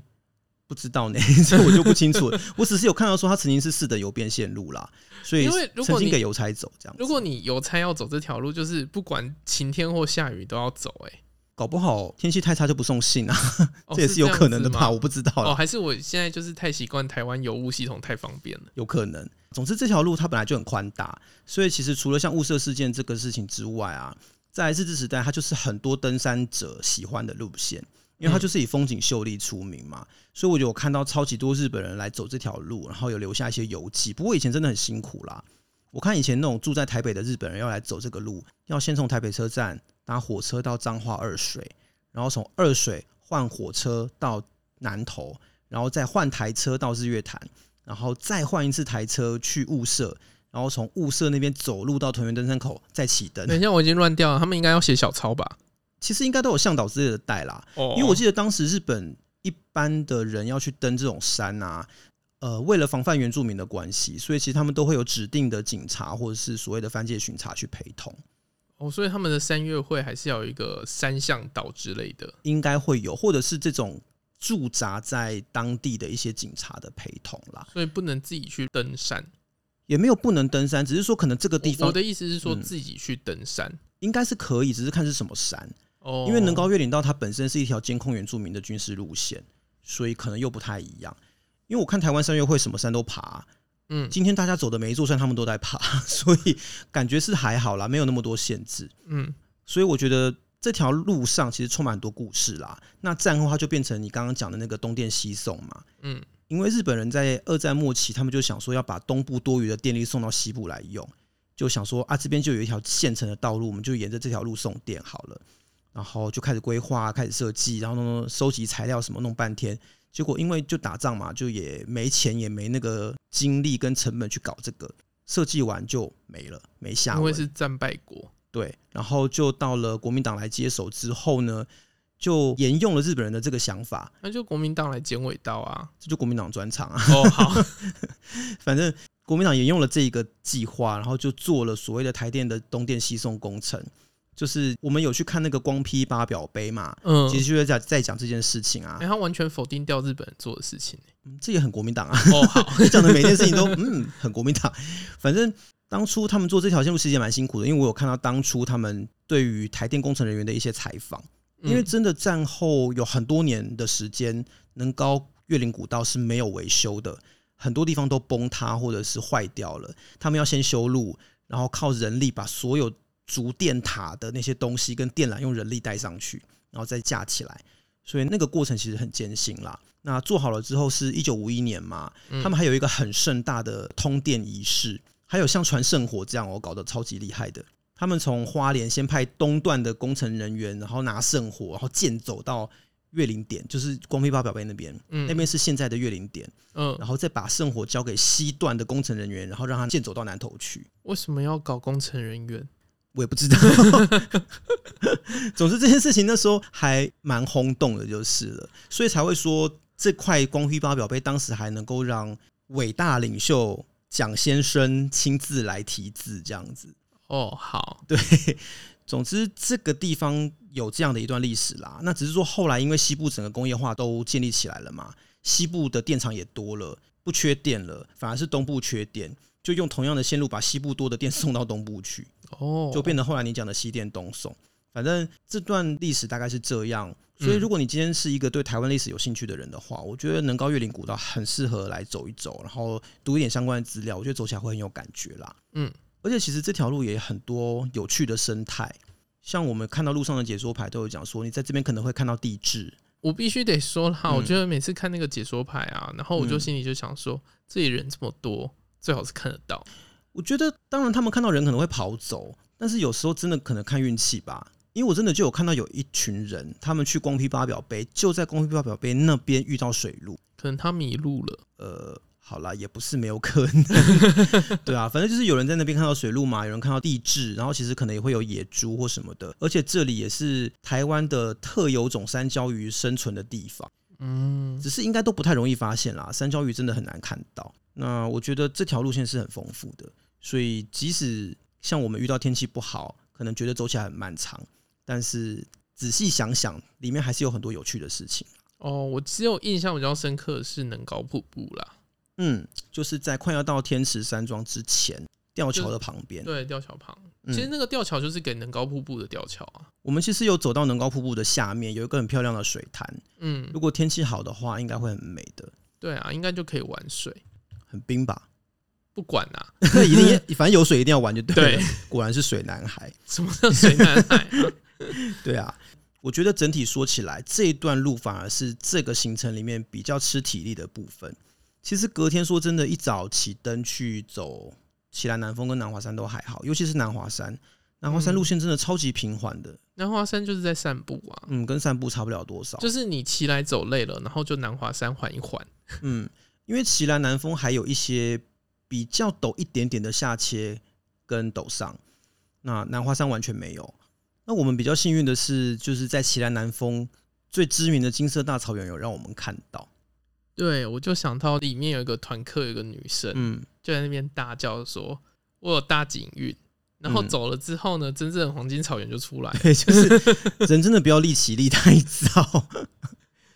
[SPEAKER 2] 不知道呢， 这我就不清楚了。我只是有看到说他曾经是四等邮编线路啦，所以
[SPEAKER 1] 因为如果
[SPEAKER 2] 曾经
[SPEAKER 1] 你
[SPEAKER 2] 给邮差走这样子。
[SPEAKER 1] 如果你邮差要走这条路，就是不管晴天或下雨都要走哎、
[SPEAKER 2] 搞不好天气太差就不送信啊，
[SPEAKER 1] 哦
[SPEAKER 2] 这也是有可能的
[SPEAKER 1] 这
[SPEAKER 2] 吧？
[SPEAKER 1] 样子
[SPEAKER 2] 我
[SPEAKER 1] 吗
[SPEAKER 2] 不知道啦
[SPEAKER 1] 哦，还是我现在就是太习惯台湾邮务系统太方便了。
[SPEAKER 2] 有可能。总之，这条路它本来就很宽大，所以其实除了像雾社事件这个事情之外啊，在日治时代，它就是很多登山者喜欢的路线，因为它就是以风景秀丽出名嘛。所以我有看到超级多日本人来走这条路，然后有留下一些游记。不过以前真的很辛苦啦。我看以前那种住在台北的日本人要来走这个路，要先从台北车站搭火车到彰化二水，然后从二水换火车到南投，然后再换台车到日月潭，然后再换一次台车去雾社，然后从雾社那边走路到屯园登山口再起登。
[SPEAKER 1] 等一下我已经乱掉了，他们应该要写小抄吧？
[SPEAKER 2] 其实应该都有向导之类的带啦，
[SPEAKER 1] 哦
[SPEAKER 2] 因为我记得当时日本一般的人要去登这种山啊，呃，为了防范原住民的关系，所以其实他们都会有指定的警察或者是所谓的番界巡查去陪同，
[SPEAKER 1] 哦，所以他们的山岳会还是要有一个山向导之类的。
[SPEAKER 2] 应该会有，或者是这种驻扎在当地的一些警察的陪同啦，
[SPEAKER 1] 所以不能自己去登山。
[SPEAKER 2] 也没有不能登山，只是说可能这个地
[SPEAKER 1] 我我
[SPEAKER 2] 方
[SPEAKER 1] 的意思是说
[SPEAKER 2] 嗯
[SPEAKER 1] 自己去登山。
[SPEAKER 2] 应该是可以，只是看是什么山。
[SPEAKER 1] 哦，
[SPEAKER 2] 因为能高月岭道它本身是一条监控原住民的军事路线，所以可能又不太一样。因为我看台湾山岳会什么山都爬，
[SPEAKER 1] 嗯
[SPEAKER 2] 今天大家走的每一座山他们都在爬， 所以感觉是还好啦，没有那么多限制。
[SPEAKER 1] 嗯，
[SPEAKER 2] 所以我觉得这条路上其实充满很多故事啦。那战后它就变成你刚刚讲的那个东电西送嘛，
[SPEAKER 1] 嗯，
[SPEAKER 2] 因为日本人在二战末期，他们就想说要把东部多余的电力送到西部来用，就想说啊，这边就有一条现成的道路，我们就沿着这条路送电好了。然后就开始规划、开始设计，然后弄弄收集材料什么，弄半天。结果因为就打仗嘛，就也没钱，也没那个精力跟成本去搞这个，设计完就没了，没下
[SPEAKER 1] 因为
[SPEAKER 2] 文。
[SPEAKER 1] 是战败国。
[SPEAKER 2] 对，然后就到了国民党来接手之后呢，就沿用了日本人的这个想法，
[SPEAKER 1] 那就国民党来剪尾刀 啊！
[SPEAKER 2] 这就国民党专场啊。
[SPEAKER 1] 哦，好，
[SPEAKER 2] 反正国民党沿用了这一个计划，然后就做了所谓的台电的东电西送工程，就是我们有去看那个光批八表碑嘛，
[SPEAKER 1] 嗯，
[SPEAKER 2] 其实就是在在讲这件事情啊
[SPEAKER 1] 哎、，他完全否定掉日本人做的事情。
[SPEAKER 2] 嗯这也很国民党啊。
[SPEAKER 1] 哦， 好，
[SPEAKER 2] 你讲的每件事情都嗯很国民党。反正当初他们做这条线路其实也蛮辛苦的，因为我有看到当初他们对于台电工程人员的一些采访，因为
[SPEAKER 1] 嗯
[SPEAKER 2] 真的战后有很多年的时间，能高越岭古道是没有维修的，很多地方都崩塌或者是坏掉了，他们要先修路，然后靠人力把所有竹电塔的那些东西跟电缆用人力带上去，然后再架起来。所以那个过程其实很艰辛啦。那做好了之后是一九五一年嘛，
[SPEAKER 1] 嗯
[SPEAKER 2] 他们还有一个很盛大的通电仪式，还有像传圣火这样哦，搞得超级厉害的。他们从花莲先派东段的工程人员，然后拿圣火，然后健走到月岭点，就是光批八表背那边，那
[SPEAKER 1] 嗯
[SPEAKER 2] 边是现在的月岭点，
[SPEAKER 1] 嗯，
[SPEAKER 2] 然后再把圣火交给西段的工程人员，然后让他健走到南头去。
[SPEAKER 1] 为什么要搞工程人员？
[SPEAKER 2] 我也不知道，总之这件事情那时候还蛮轰动的，就是了，所以才会说这块光辉八表杯当时还能够让伟大领袖蒋先生亲自来题字，这样子。
[SPEAKER 1] 哦，好，
[SPEAKER 2] 对，总之这个地方有这样的一段历史啦。那只是说后来因为西部整个工业化都建立起来了嘛，西部的电厂也多了，不缺电了，反而是东部缺电，就用同样的线路把西部多的电送到东部去。
[SPEAKER 1] 哦，
[SPEAKER 2] 就变得后来你讲的西电东送。反正这段历史大概是这样，所以如果你今天是一个对台湾历史有兴趣的人的话，我觉得能高越岭古道很适合来走一走，然后读一点相关的资料，我觉得走起来会很有感觉啦。
[SPEAKER 1] 嗯，
[SPEAKER 2] 而且其实这条路也很多有趣的生态，像我们看到路上的解说牌都有讲说，你在这边可能会看到地质，
[SPEAKER 1] 我必须得说啦，
[SPEAKER 2] 嗯
[SPEAKER 1] 我觉得每次看那个解说牌啊，然后我就
[SPEAKER 2] 嗯
[SPEAKER 1] 心里就想说，这里人这么多，最好是看得到。
[SPEAKER 2] 我觉得，当然他们看到人可能会跑走，但是有时候真的可能看运气吧。因为我真的就有看到有一群人，他们去光批八表杯，就在光批八表杯那边遇到水路。
[SPEAKER 1] 可能他迷路了，
[SPEAKER 2] 呃，好啦，也不是没有可能。 对啊，反正就是有人在那边看到水路嘛，有人看到地质，然后其实可能也会有野猪或什么的。而且这里也是台湾的特有种山椒鱼生存的地方。
[SPEAKER 1] 嗯，
[SPEAKER 2] 只是应该都不太容易发现啦。三焦鱼真的很难看到。那我觉得这条路线是很丰富的，所以即使像我们遇到天气不好，可能觉得走起来很漫长，但是仔细想想，里面还是有很多有趣的事情。
[SPEAKER 1] 哦，我只有印象比较深刻的是能高瀑布啦，
[SPEAKER 2] 嗯，就是在快要到天池山庄之前，吊桥的旁边，
[SPEAKER 1] 对，吊桥旁，
[SPEAKER 2] 嗯
[SPEAKER 1] 其实那个吊桥就是给能高瀑布的吊桥啊，
[SPEAKER 2] 我们其实有走到能高瀑布的下面，有一个很漂亮的水潭。
[SPEAKER 1] 嗯
[SPEAKER 2] 如，果天气好的话，应该会很美的，
[SPEAKER 1] 对啊，应该就可以玩水，
[SPEAKER 2] 很冰吧？
[SPEAKER 1] 不管啊啦、
[SPEAKER 2] 那一定，反正有水一定要玩就对了。
[SPEAKER 1] 对
[SPEAKER 2] 果然是水男孩。
[SPEAKER 1] 什么叫水南海啊？
[SPEAKER 2] 对啊，我觉得整体说起来，这一段路反而是这个行程里面比较吃体力的部分。其实隔天说真的，一早起灯去走起来南峰跟南华山都还好，尤其是南华山，南华山路线真的超级平缓的，
[SPEAKER 1] 南华山就是在散步啊，
[SPEAKER 2] 嗯，跟散步差不了多少，
[SPEAKER 1] 就是你骑来走累了，然后就南华山缓一缓，
[SPEAKER 2] 嗯，因为奇兰南峰还有一些比较陡一点点的下切跟陡上，那南华山完全没有。那我们比较幸运的是，就是在奇兰南峰最知名的金色大草原有让我们看到，
[SPEAKER 1] 对我就想到里面有一个团课，有一个女生，
[SPEAKER 2] 嗯，
[SPEAKER 1] 就在那边大叫说：“我有大警运。”然后
[SPEAKER 2] 嗯
[SPEAKER 1] 走了之后呢，真正的黄金草原就出来了。
[SPEAKER 2] 对， 就是人真的不要立起立太早。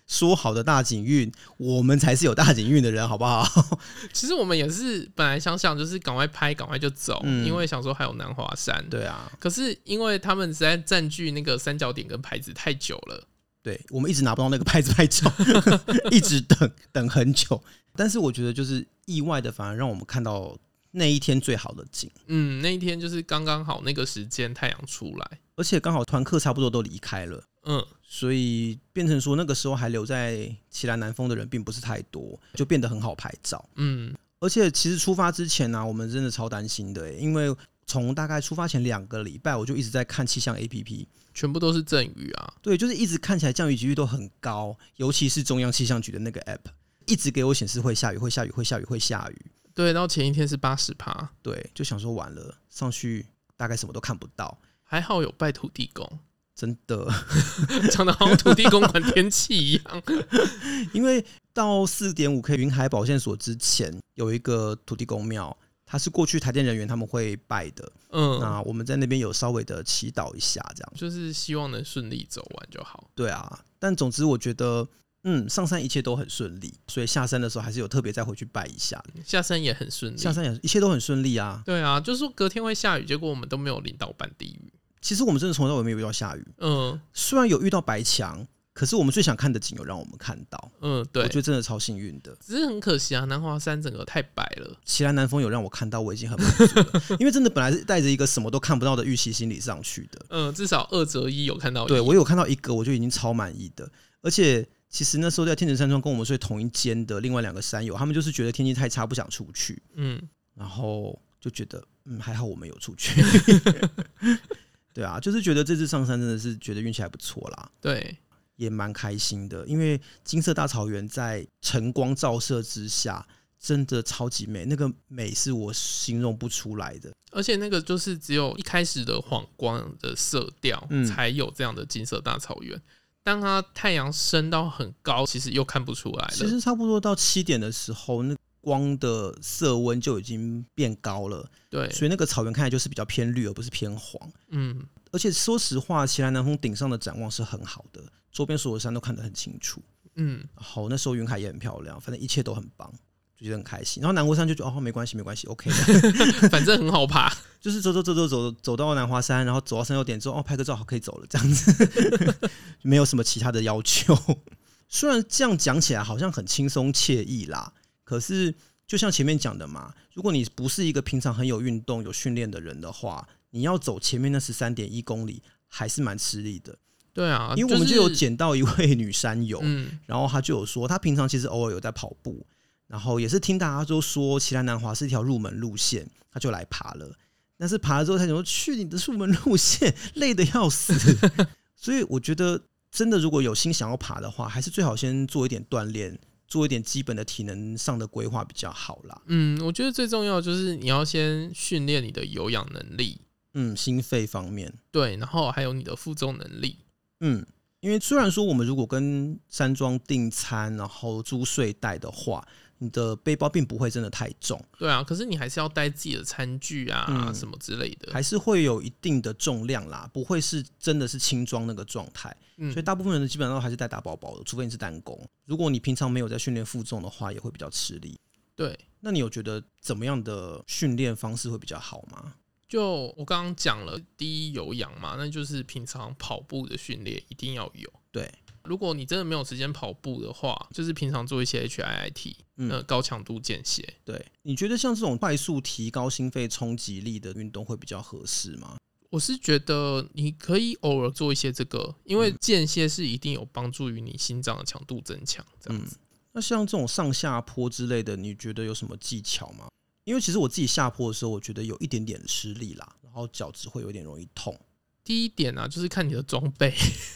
[SPEAKER 2] 说好的大景运，我们才是有大景运的人，好不好？
[SPEAKER 1] 其实我们也是本来想想就是赶快拍，赶快就走，
[SPEAKER 2] 嗯
[SPEAKER 1] 因为想说还有南华山。，
[SPEAKER 2] 对啊，
[SPEAKER 1] 可是因为他们实在占据那个三角点跟牌子太久了，
[SPEAKER 2] 对我们一直拿不到那个 拍子拍照，一直等等很久。但是我觉得就是意外的，反而让我们看到那一天最好的景，
[SPEAKER 1] 嗯，那一天就是刚刚好那个时间太阳出来，
[SPEAKER 2] 而且刚好团客差不多都离开了。
[SPEAKER 1] 嗯，
[SPEAKER 2] 所以变成说，那个时候还留在奇兰南峰的人并不是太多，就变得很好拍照。
[SPEAKER 1] 嗯，
[SPEAKER 2] 而且其实出发之前啊呢、我们真的超担心的欸，因为从大概出发前两个礼拜，我就一直在看气象 A P P，
[SPEAKER 1] 全部都是阵雨啊，
[SPEAKER 2] 对，就是一直看起来降雨几率都很高，尤其是中央气象局的那个 App，一直给我显示会下雨，会下雨，会下雨，会下雨，
[SPEAKER 1] 对，然后前一天是八十趴，
[SPEAKER 2] 对，就想说完了，上去大概什么都看不到，
[SPEAKER 1] 还好有拜土地公，
[SPEAKER 2] 真的，
[SPEAKER 1] 讲的好像土地公管天气一样，
[SPEAKER 2] 因为到四点五 K 云海保线所之前，有一个土地公庙。它是过去台电人员他们会拜的，
[SPEAKER 1] 嗯，
[SPEAKER 2] 那我们在那边有稍微的祈祷一下，这样。
[SPEAKER 1] 就是希望能顺利走完就好。
[SPEAKER 2] 对啊，但总之我觉得，嗯，上山一切都很顺利，所以下山的时候还是有特别再回去拜一下。
[SPEAKER 1] 下山也很顺利，
[SPEAKER 2] 下山也一切都很顺利啊。
[SPEAKER 1] 对啊，就是说隔天会下雨，结果我们都没有淋到半地雨。
[SPEAKER 2] 其实我们真的从头到尾没有遇到下雨，
[SPEAKER 1] 嗯
[SPEAKER 2] 虽然有遇到白墙，可是我们最想看的景有让我们看到，
[SPEAKER 1] 嗯，
[SPEAKER 2] 我
[SPEAKER 1] 对，
[SPEAKER 2] 觉得真的超幸运的。
[SPEAKER 1] 只是很可惜啊，南华山整个太白了。
[SPEAKER 2] 奇兰南风有让我看到，我已经很满足了， 因为真的本来是带着一个什么都看不到的预期心理上去的。
[SPEAKER 1] 嗯，至少二折一有看哦到一。
[SPEAKER 2] 对我有看到一个，我就已经超满意的。而且其实那时候在天池山庄跟我们睡同一间的另外两个山友，他们就是觉得天气太差，不想出去。
[SPEAKER 1] 嗯，
[SPEAKER 2] 然后就觉得嗯，还好我们有出去。 对啊，就是觉得这次上山真的是觉得运气还不错啦，
[SPEAKER 1] 对，
[SPEAKER 2] 也蛮开心的。因为金色大草原在晨光照射之下，真的超级美，那个美是我形容不出来的。
[SPEAKER 1] 而且那个就是只有一开始的黄光的色调
[SPEAKER 2] 嗯
[SPEAKER 1] 才有这样的金色大草原。当它太阳升到很高，其实又看不出来
[SPEAKER 2] 其
[SPEAKER 1] 了。
[SPEAKER 2] 实差不多到七点的时候，那光的色温就已经变高了，
[SPEAKER 1] 对，
[SPEAKER 2] 所以那个草原看起来就是比较偏绿，而不是偏黄。
[SPEAKER 1] 嗯，
[SPEAKER 2] 而且说实话，奇莱南峰顶上的展望是很好的，周边所有山都看得很清楚。
[SPEAKER 1] 嗯，
[SPEAKER 2] 好，那时候云海也很漂亮，反正一切都很棒，就觉得很开心。然后南湖山就觉得哦，没关系，没关系，OK 的。
[SPEAKER 1] 反正很好爬。
[SPEAKER 2] 就是走走走走走走到南华山，然后走到三六点之后，哦，拍个照好可以走了，这样子， 没有什么其他的要求。 虽然这样讲起来好像很轻松惬意啦，可是就像前面讲的嘛，如果你不是一个平常很有运动、有训练的人的话，你要走前面那十三点一公里还是蛮吃力的。
[SPEAKER 1] 对啊，
[SPEAKER 2] 因为我们
[SPEAKER 1] 就
[SPEAKER 2] 就有
[SPEAKER 1] 是
[SPEAKER 2] 捡到一位女山友，
[SPEAKER 1] 嗯，
[SPEAKER 2] 然后他就有说，他平常其实偶尔有在跑步，然后也是听大家都说奇兰南华是一条入门路线，他就来爬了。但是爬了之后，他想说去你的入门路线，累得要死。 所以我觉得，真的如果有心想要爬的话，还是最好先做一点锻炼，做一点基本的体能上的规划比较好啦。
[SPEAKER 1] 嗯，我觉得最重要就是你要先训练你的有氧能力，
[SPEAKER 2] 嗯，心肺方面，
[SPEAKER 1] 对，然后还有你的负重能力，
[SPEAKER 2] 嗯，因为虽然说我们如果跟山庄订餐，然后租睡袋的话，你的背包并不会真的太重。
[SPEAKER 1] 对啊。可是你还是要带自己的餐具啊，
[SPEAKER 2] 嗯
[SPEAKER 1] 什么之类的。
[SPEAKER 2] 还是会有一定的重量啦，不会是真的是轻装那个状态。
[SPEAKER 1] 嗯
[SPEAKER 2] 所以，大部分人基本上都还是带大包包的，除非你是单攻。如果你平常没有在训练负重的话，也会比较吃力。
[SPEAKER 1] 对，
[SPEAKER 2] 那你有觉得怎么样的训练方式会比较好吗？
[SPEAKER 1] 就我刚刚讲了，第一有氧嘛，那就是平常跑步的训练一定要有。
[SPEAKER 2] 对，
[SPEAKER 1] 如果你真的没有时间跑步的话，就是平常做一些 HIIT，
[SPEAKER 2] 嗯
[SPEAKER 1] 呃，高强度间歇。
[SPEAKER 2] 对，你觉得像这种快速提高心肺冲击力的运动会比较合适吗？
[SPEAKER 1] 我是觉得你可以偶尔做一些这个，因
[SPEAKER 2] 嗯
[SPEAKER 1] 为间歇是一定有帮助于你心脏的强度增强，这
[SPEAKER 2] 嗯
[SPEAKER 1] 样子。
[SPEAKER 2] 那像这种上下坡之类的，你觉得有什么技巧吗？因为其实我自己下坡的时候，我觉得有一点点吃力啦，然后脚趾会有点容易痛，
[SPEAKER 1] 第一点啊，就是看你的装备，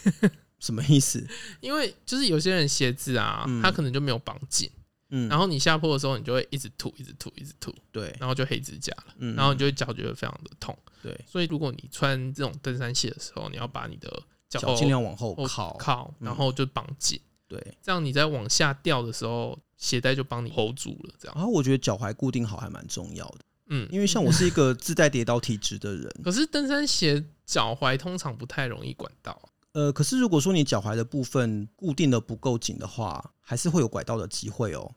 [SPEAKER 2] 什么意思？
[SPEAKER 1] 因为就是有些人鞋子啊，
[SPEAKER 2] 嗯
[SPEAKER 1] 他可能就没有绑紧，
[SPEAKER 2] 嗯，
[SPEAKER 1] 然后你下坡的时候，你就会一直吐，一直吐，一直吐，
[SPEAKER 2] 对，
[SPEAKER 1] 然后就黑指甲了，
[SPEAKER 2] 嗯
[SPEAKER 1] 然后你就会脚觉得非常的痛。
[SPEAKER 2] 对，
[SPEAKER 1] 所以如果你穿这种登山鞋的时候，你要把你的脚
[SPEAKER 2] 脚尽量往后
[SPEAKER 1] 后
[SPEAKER 2] 靠。
[SPEAKER 1] 哦靠，
[SPEAKER 2] 嗯
[SPEAKER 1] 然后就绑紧，
[SPEAKER 2] 对，
[SPEAKER 1] 这样你在往下掉的时候，鞋带就帮你 hold 住了。这样，
[SPEAKER 2] 然后我觉得脚踝固定好还蛮重要的，
[SPEAKER 1] 嗯，
[SPEAKER 2] 因为像我是一个自带跌倒体质的人，
[SPEAKER 1] 可是登山鞋脚踝通常不太容易管到啊、
[SPEAKER 2] 呃，可是如果说你脚踝的部分固定的不够紧的话，还是会有拐到的机会 哦。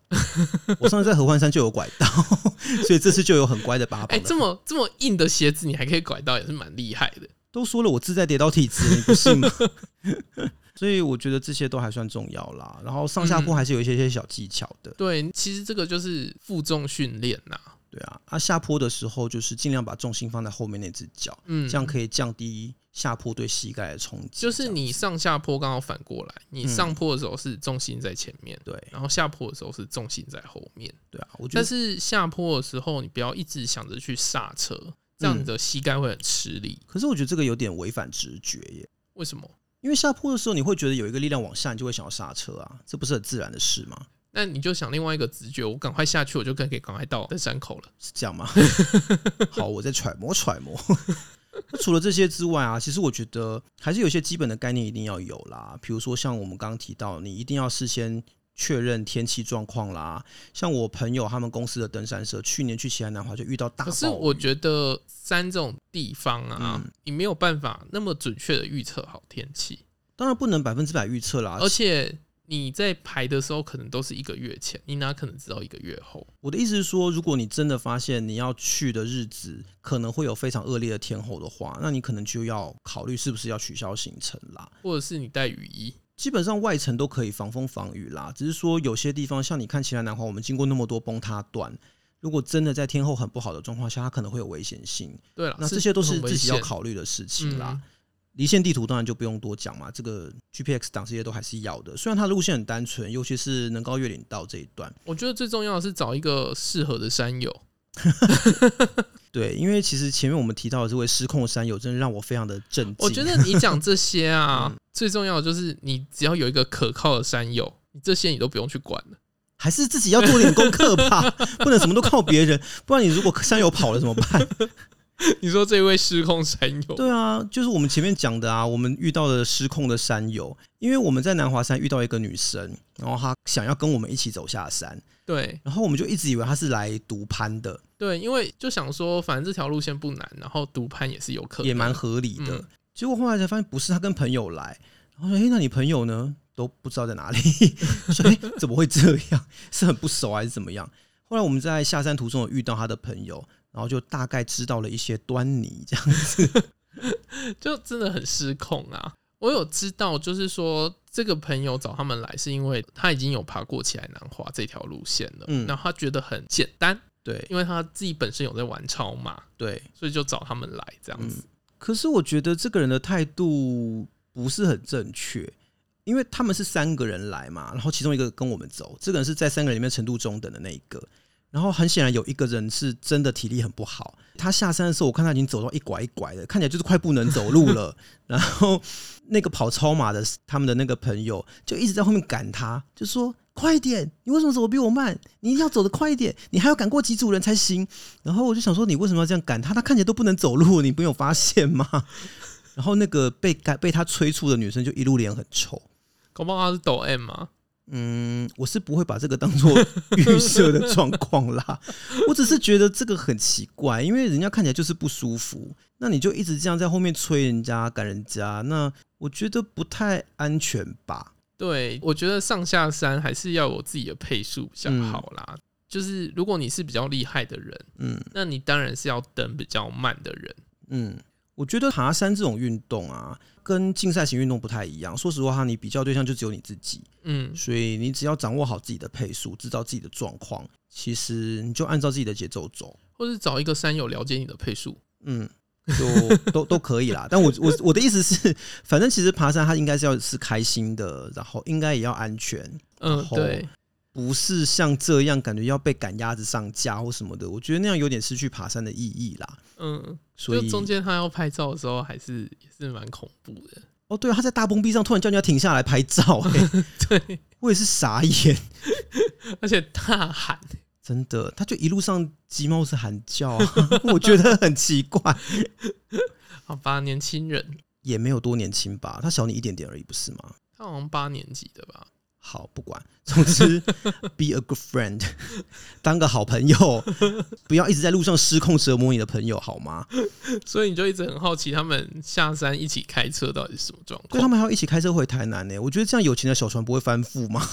[SPEAKER 2] 我上次在合欢山就有拐到， 所以这次就有很乖的把它
[SPEAKER 1] 哎、
[SPEAKER 2] 绑得
[SPEAKER 1] 这么这么硬的鞋子，你还可以拐到，也是蛮厉害的。
[SPEAKER 2] 都说了我自带跌倒体质，你不信吗？ 所以我觉得这些都还算重要啦。然后上下
[SPEAKER 1] 嗯
[SPEAKER 2] 坡还是有一些些小技巧的，
[SPEAKER 1] 对，其实这个就是负重训练呐。
[SPEAKER 2] 对啊。啊，下坡的时候就是尽量把重心放在后面那只脚，
[SPEAKER 1] 嗯，
[SPEAKER 2] 这样可以降低下坡对膝盖的冲击。
[SPEAKER 1] 就是
[SPEAKER 2] 这样
[SPEAKER 1] 你上下坡刚好反过来，你
[SPEAKER 2] 嗯
[SPEAKER 1] 上坡的时候是重心在前面，
[SPEAKER 2] 对
[SPEAKER 1] 然后下坡的时候是重心在后面。
[SPEAKER 2] 对啊，我觉
[SPEAKER 1] 嗯但
[SPEAKER 2] 得
[SPEAKER 1] 是下坡的时候，你不要一直想着去刹车，这样你的膝盖会很吃力。
[SPEAKER 2] 可是我觉得这个有点违反直觉耶，
[SPEAKER 1] 为什么？
[SPEAKER 2] 因为下坡的时候你会觉得有一个力量往下，你就会想要刹车啊，这不是很自然的事吗？
[SPEAKER 1] 那你就想另外一个直觉，我赶快下去，我就可以赶快到登山口了。
[SPEAKER 2] 是这样吗？ 好，我在揣摩揣摩。 那除了这些之外啊，其实我觉得还是有一些基本的概念一定要有啦，比如说像我们刚刚提到，你一定要事先确认天气状况啦。像我朋友他们公司的登山社，去年去西安南华就遇到大
[SPEAKER 1] 可
[SPEAKER 2] 暴雨，
[SPEAKER 1] 是我觉得山这种地方啊，
[SPEAKER 2] 嗯
[SPEAKER 1] 你没有办法那么准确的预测好天气，
[SPEAKER 2] 当然不能百分之百预测啦，
[SPEAKER 1] 而且你在排的时候可能都是一个月前，你哪可能知道一个月后？
[SPEAKER 2] 我的意思是说，如果你真的发现你要去的日子可能会有非常恶劣的天候的话，那你可能就要考虑是不是要取消行程啦。
[SPEAKER 1] 或者是你带雨衣？
[SPEAKER 2] 基本上外层都可以防风防雨啦，只是说有些地方像你看奇兰南华，我们经过那么多崩塌段，如果真的在天候很不好的状况下，它可能会有危险性。
[SPEAKER 1] 对了，
[SPEAKER 2] 那这些都是
[SPEAKER 1] 啊很危
[SPEAKER 2] 自己要
[SPEAKER 1] 险
[SPEAKER 2] 考虑的事情啦。
[SPEAKER 1] 嗯
[SPEAKER 2] 离线地图当然就不用多讲嘛，这个 GPX 档这些都还是要的。虽然它路线很单纯，尤其是能高越岭道这一段，
[SPEAKER 1] 我觉得最重要的是找一个适合的山友，
[SPEAKER 2] 对，因为其实前面我们提到的这位失控山友，真的让我非常的震惊。
[SPEAKER 1] 我觉得你讲这些 啊，
[SPEAKER 2] 嗯
[SPEAKER 1] 最重要的就是你只要有一个可靠的山友，你这些你都不用去管了。
[SPEAKER 2] 还是自己要做点功课吧，不能什么都靠别人，不然你如果山友跑了怎么 办？
[SPEAKER 1] 你说这位失控山友，
[SPEAKER 2] 对啊，就是我们前面讲的啊，我们遇到了失控的山友，因为我们在南华山遇到一个女生，然后她想要跟我们一起走下山，
[SPEAKER 1] 对
[SPEAKER 2] 然后我们就一直以为她是来独攀的，
[SPEAKER 1] 对，因为就想说，反正这条路线不难，然后独攀也是有可能，
[SPEAKER 2] 也蛮合理的。
[SPEAKER 1] 嗯
[SPEAKER 2] 结果后来才发现不是，她跟朋友来，然后说：“哎、那你朋友呢？都不知道在哪里， 所以、怎么会这样？ 是很不熟还是怎么样？”后来我们在下山途中有遇到她的朋友，然后就大概知道了一些端倪，这样
[SPEAKER 1] 嗯就真的很失控啊！我有知道，就是说这个朋友找他们来，是因为他已经有爬过起来南华这条路线了，
[SPEAKER 2] 嗯
[SPEAKER 1] 然后他觉得很简单，
[SPEAKER 2] 对
[SPEAKER 1] 因为他自己本身有在玩超马，
[SPEAKER 2] 对。
[SPEAKER 1] 所以就找他们来这样
[SPEAKER 2] 嗯
[SPEAKER 1] 子。
[SPEAKER 2] 可是我觉得这个人的态度不是很正确，因为他们是三个人来嘛，然后其中一个跟我们走，这个人是在三个人里面程度中等的那一个。然后很显然有一个人是真的体力很不好，他下山的时候，我看他已经走到一拐一拐的，看起来就是快不能走路了。 然后那个跑超马的他们的那个朋友就一直在后面赶他，就说：“快一点，你为什么走的比我慢？你一定要走得快一点，你还要赶过几组人才行。”然后我就想说，你为什么要这样赶他？他看起来都不能走路，你没有发现吗？ 然后那个被赶被他催促的女生就一路脸很臭。
[SPEAKER 1] 搞不好他是抖 M 啊嘛，
[SPEAKER 2] 嗯，我是不会把这个当做 预设的状况啦，我只是觉得这个很奇怪，因为人家看起来就是不舒服，那你就一直这样在后面催人家、赶人家，那我觉得不太安全吧。
[SPEAKER 1] 对，我觉得上下山还是要有自己的配速比较好啦。就是如果你是比较厉害的人，
[SPEAKER 2] 嗯
[SPEAKER 1] 那你当然是要等比较慢的人。
[SPEAKER 2] 嗯，我觉得爬山这种运动啊，跟竞赛型运动不太一样。说实话，你比较对象就只有你自己，
[SPEAKER 1] 嗯，
[SPEAKER 2] 所以你只要掌握好自己的配速，知道自己的状况，其实你就按照自己的节奏走，
[SPEAKER 1] 或是找一个山友了解你的配速。
[SPEAKER 2] 嗯， 就都都可以啦。但我我我的意思是，反正其实爬山它应该是要是开心的，然后应该也要安全，
[SPEAKER 1] 嗯，
[SPEAKER 2] 好
[SPEAKER 1] 对，
[SPEAKER 2] 不是像这样感觉要被赶鸭子上架或什么的。我觉得那样有点失去爬山的意义啦。
[SPEAKER 1] 嗯，
[SPEAKER 2] 所
[SPEAKER 1] 就
[SPEAKER 2] 以
[SPEAKER 1] 中间他要拍照的时候，还是也是蛮恐怖的。
[SPEAKER 2] 哦，对啊，他在大崩壁上突然叫人家停下来拍照、欸，
[SPEAKER 1] 对，
[SPEAKER 2] 我也是傻眼。
[SPEAKER 1] 而且大喊，
[SPEAKER 2] 真的，他就一路上鸡毛是喊叫、啊， 我觉得很奇怪。
[SPEAKER 1] 好吧，年轻人，
[SPEAKER 2] 也没有多年轻吧，他小你一点点而已，不是吗？
[SPEAKER 1] 他好像八年级的吧？
[SPEAKER 2] 好，不管，总之，be a good friend，当 个好 朋友，不要一直在路上失控折磨你的朋友，好吗？
[SPEAKER 1] 所以你就一直很好奇，他们下山一起开车到底是什么状
[SPEAKER 2] 对他
[SPEAKER 1] 况？
[SPEAKER 2] 们还要一起开车回台南呢、我觉得这样有钱的小船不会翻覆吗？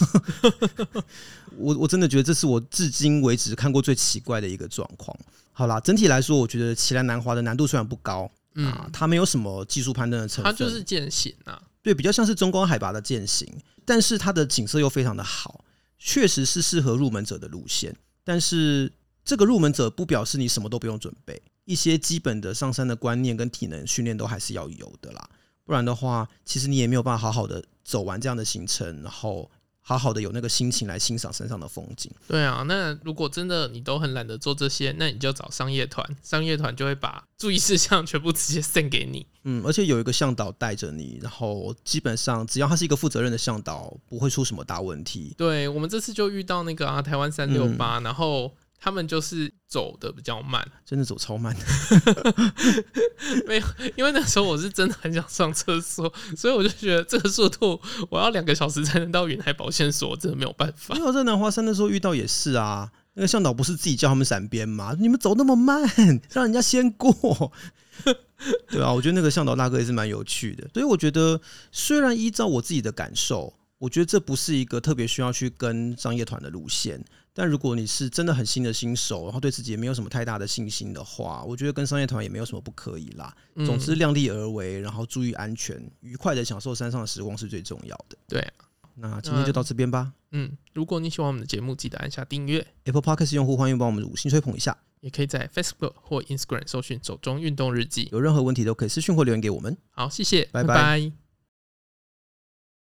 [SPEAKER 2] 我我真的觉得这是我至今为止看过最奇怪的一个状况。好啦，整体来说，我觉得奇兰南华的难度虽然不高、啊
[SPEAKER 1] 嗯，，
[SPEAKER 2] 它没有什么技术判断的成
[SPEAKER 1] 他
[SPEAKER 2] 分，
[SPEAKER 1] 就是践行啊。
[SPEAKER 2] 对，比较像是中高海拔的践行，但是它的景色又非常的好，确实是适合入门者的路线。但是这个入门者不表示你什么都不用准备，一些基本的上山的观念跟体能训练都还是要有的啦。不然的话，其实你也没有办法好好的走完这样的行程，然后好好的有那个心情来欣赏山上的风景。
[SPEAKER 1] 对啊，那如果真的你都很懒得做这些，那你就找商业团，商业团就会把注意事项全部直接送给你。
[SPEAKER 2] 嗯，而且有一个向导带着你，然后基本上只要他是一个负责任的向导，不会出什么大问题。
[SPEAKER 1] 对我们这次就遇到那个啊，台湾三六
[SPEAKER 2] 嗯
[SPEAKER 1] 八，然后他们就是走的比较慢，
[SPEAKER 2] 真的走超慢的，
[SPEAKER 1] 因为那时候我是真的很想上厕所，所以我就觉得这个速度我要两个小时才能到云海保险所，我真的没有办法
[SPEAKER 2] 没。有在南华山的时候遇到也是啊，那个向导不是自己叫他们闪边吗？你们走那么慢，让人家先过。 对啊，我觉得那个向导大哥也是蛮有趣的，所以我觉得虽然依照我自己的感受，我觉得这不是一个特别需要去跟商业团的路线。但如果你是真的很新的新手，然后对自己也没有什么太大的信心的话，我觉得跟商业团也没有什么不可以啦。
[SPEAKER 1] 嗯
[SPEAKER 2] 总之，量力而为，然后注意安全，愉快的享受山上的时光是最重要的。
[SPEAKER 1] 对啊
[SPEAKER 2] 那今天就到这边吧。
[SPEAKER 1] 嗯，如果你喜欢我们的节目，记得按下订阅，
[SPEAKER 2] Apple Podcast 用户欢迎帮我们五星吹捧一下，
[SPEAKER 1] 也可以在 Facebook 或 Instagram 搜寻“手中运动日记
[SPEAKER 2] 有任何问题都可以私讯或留言给我们。”。
[SPEAKER 1] 好，谢谢，
[SPEAKER 2] 拜拜
[SPEAKER 1] 拜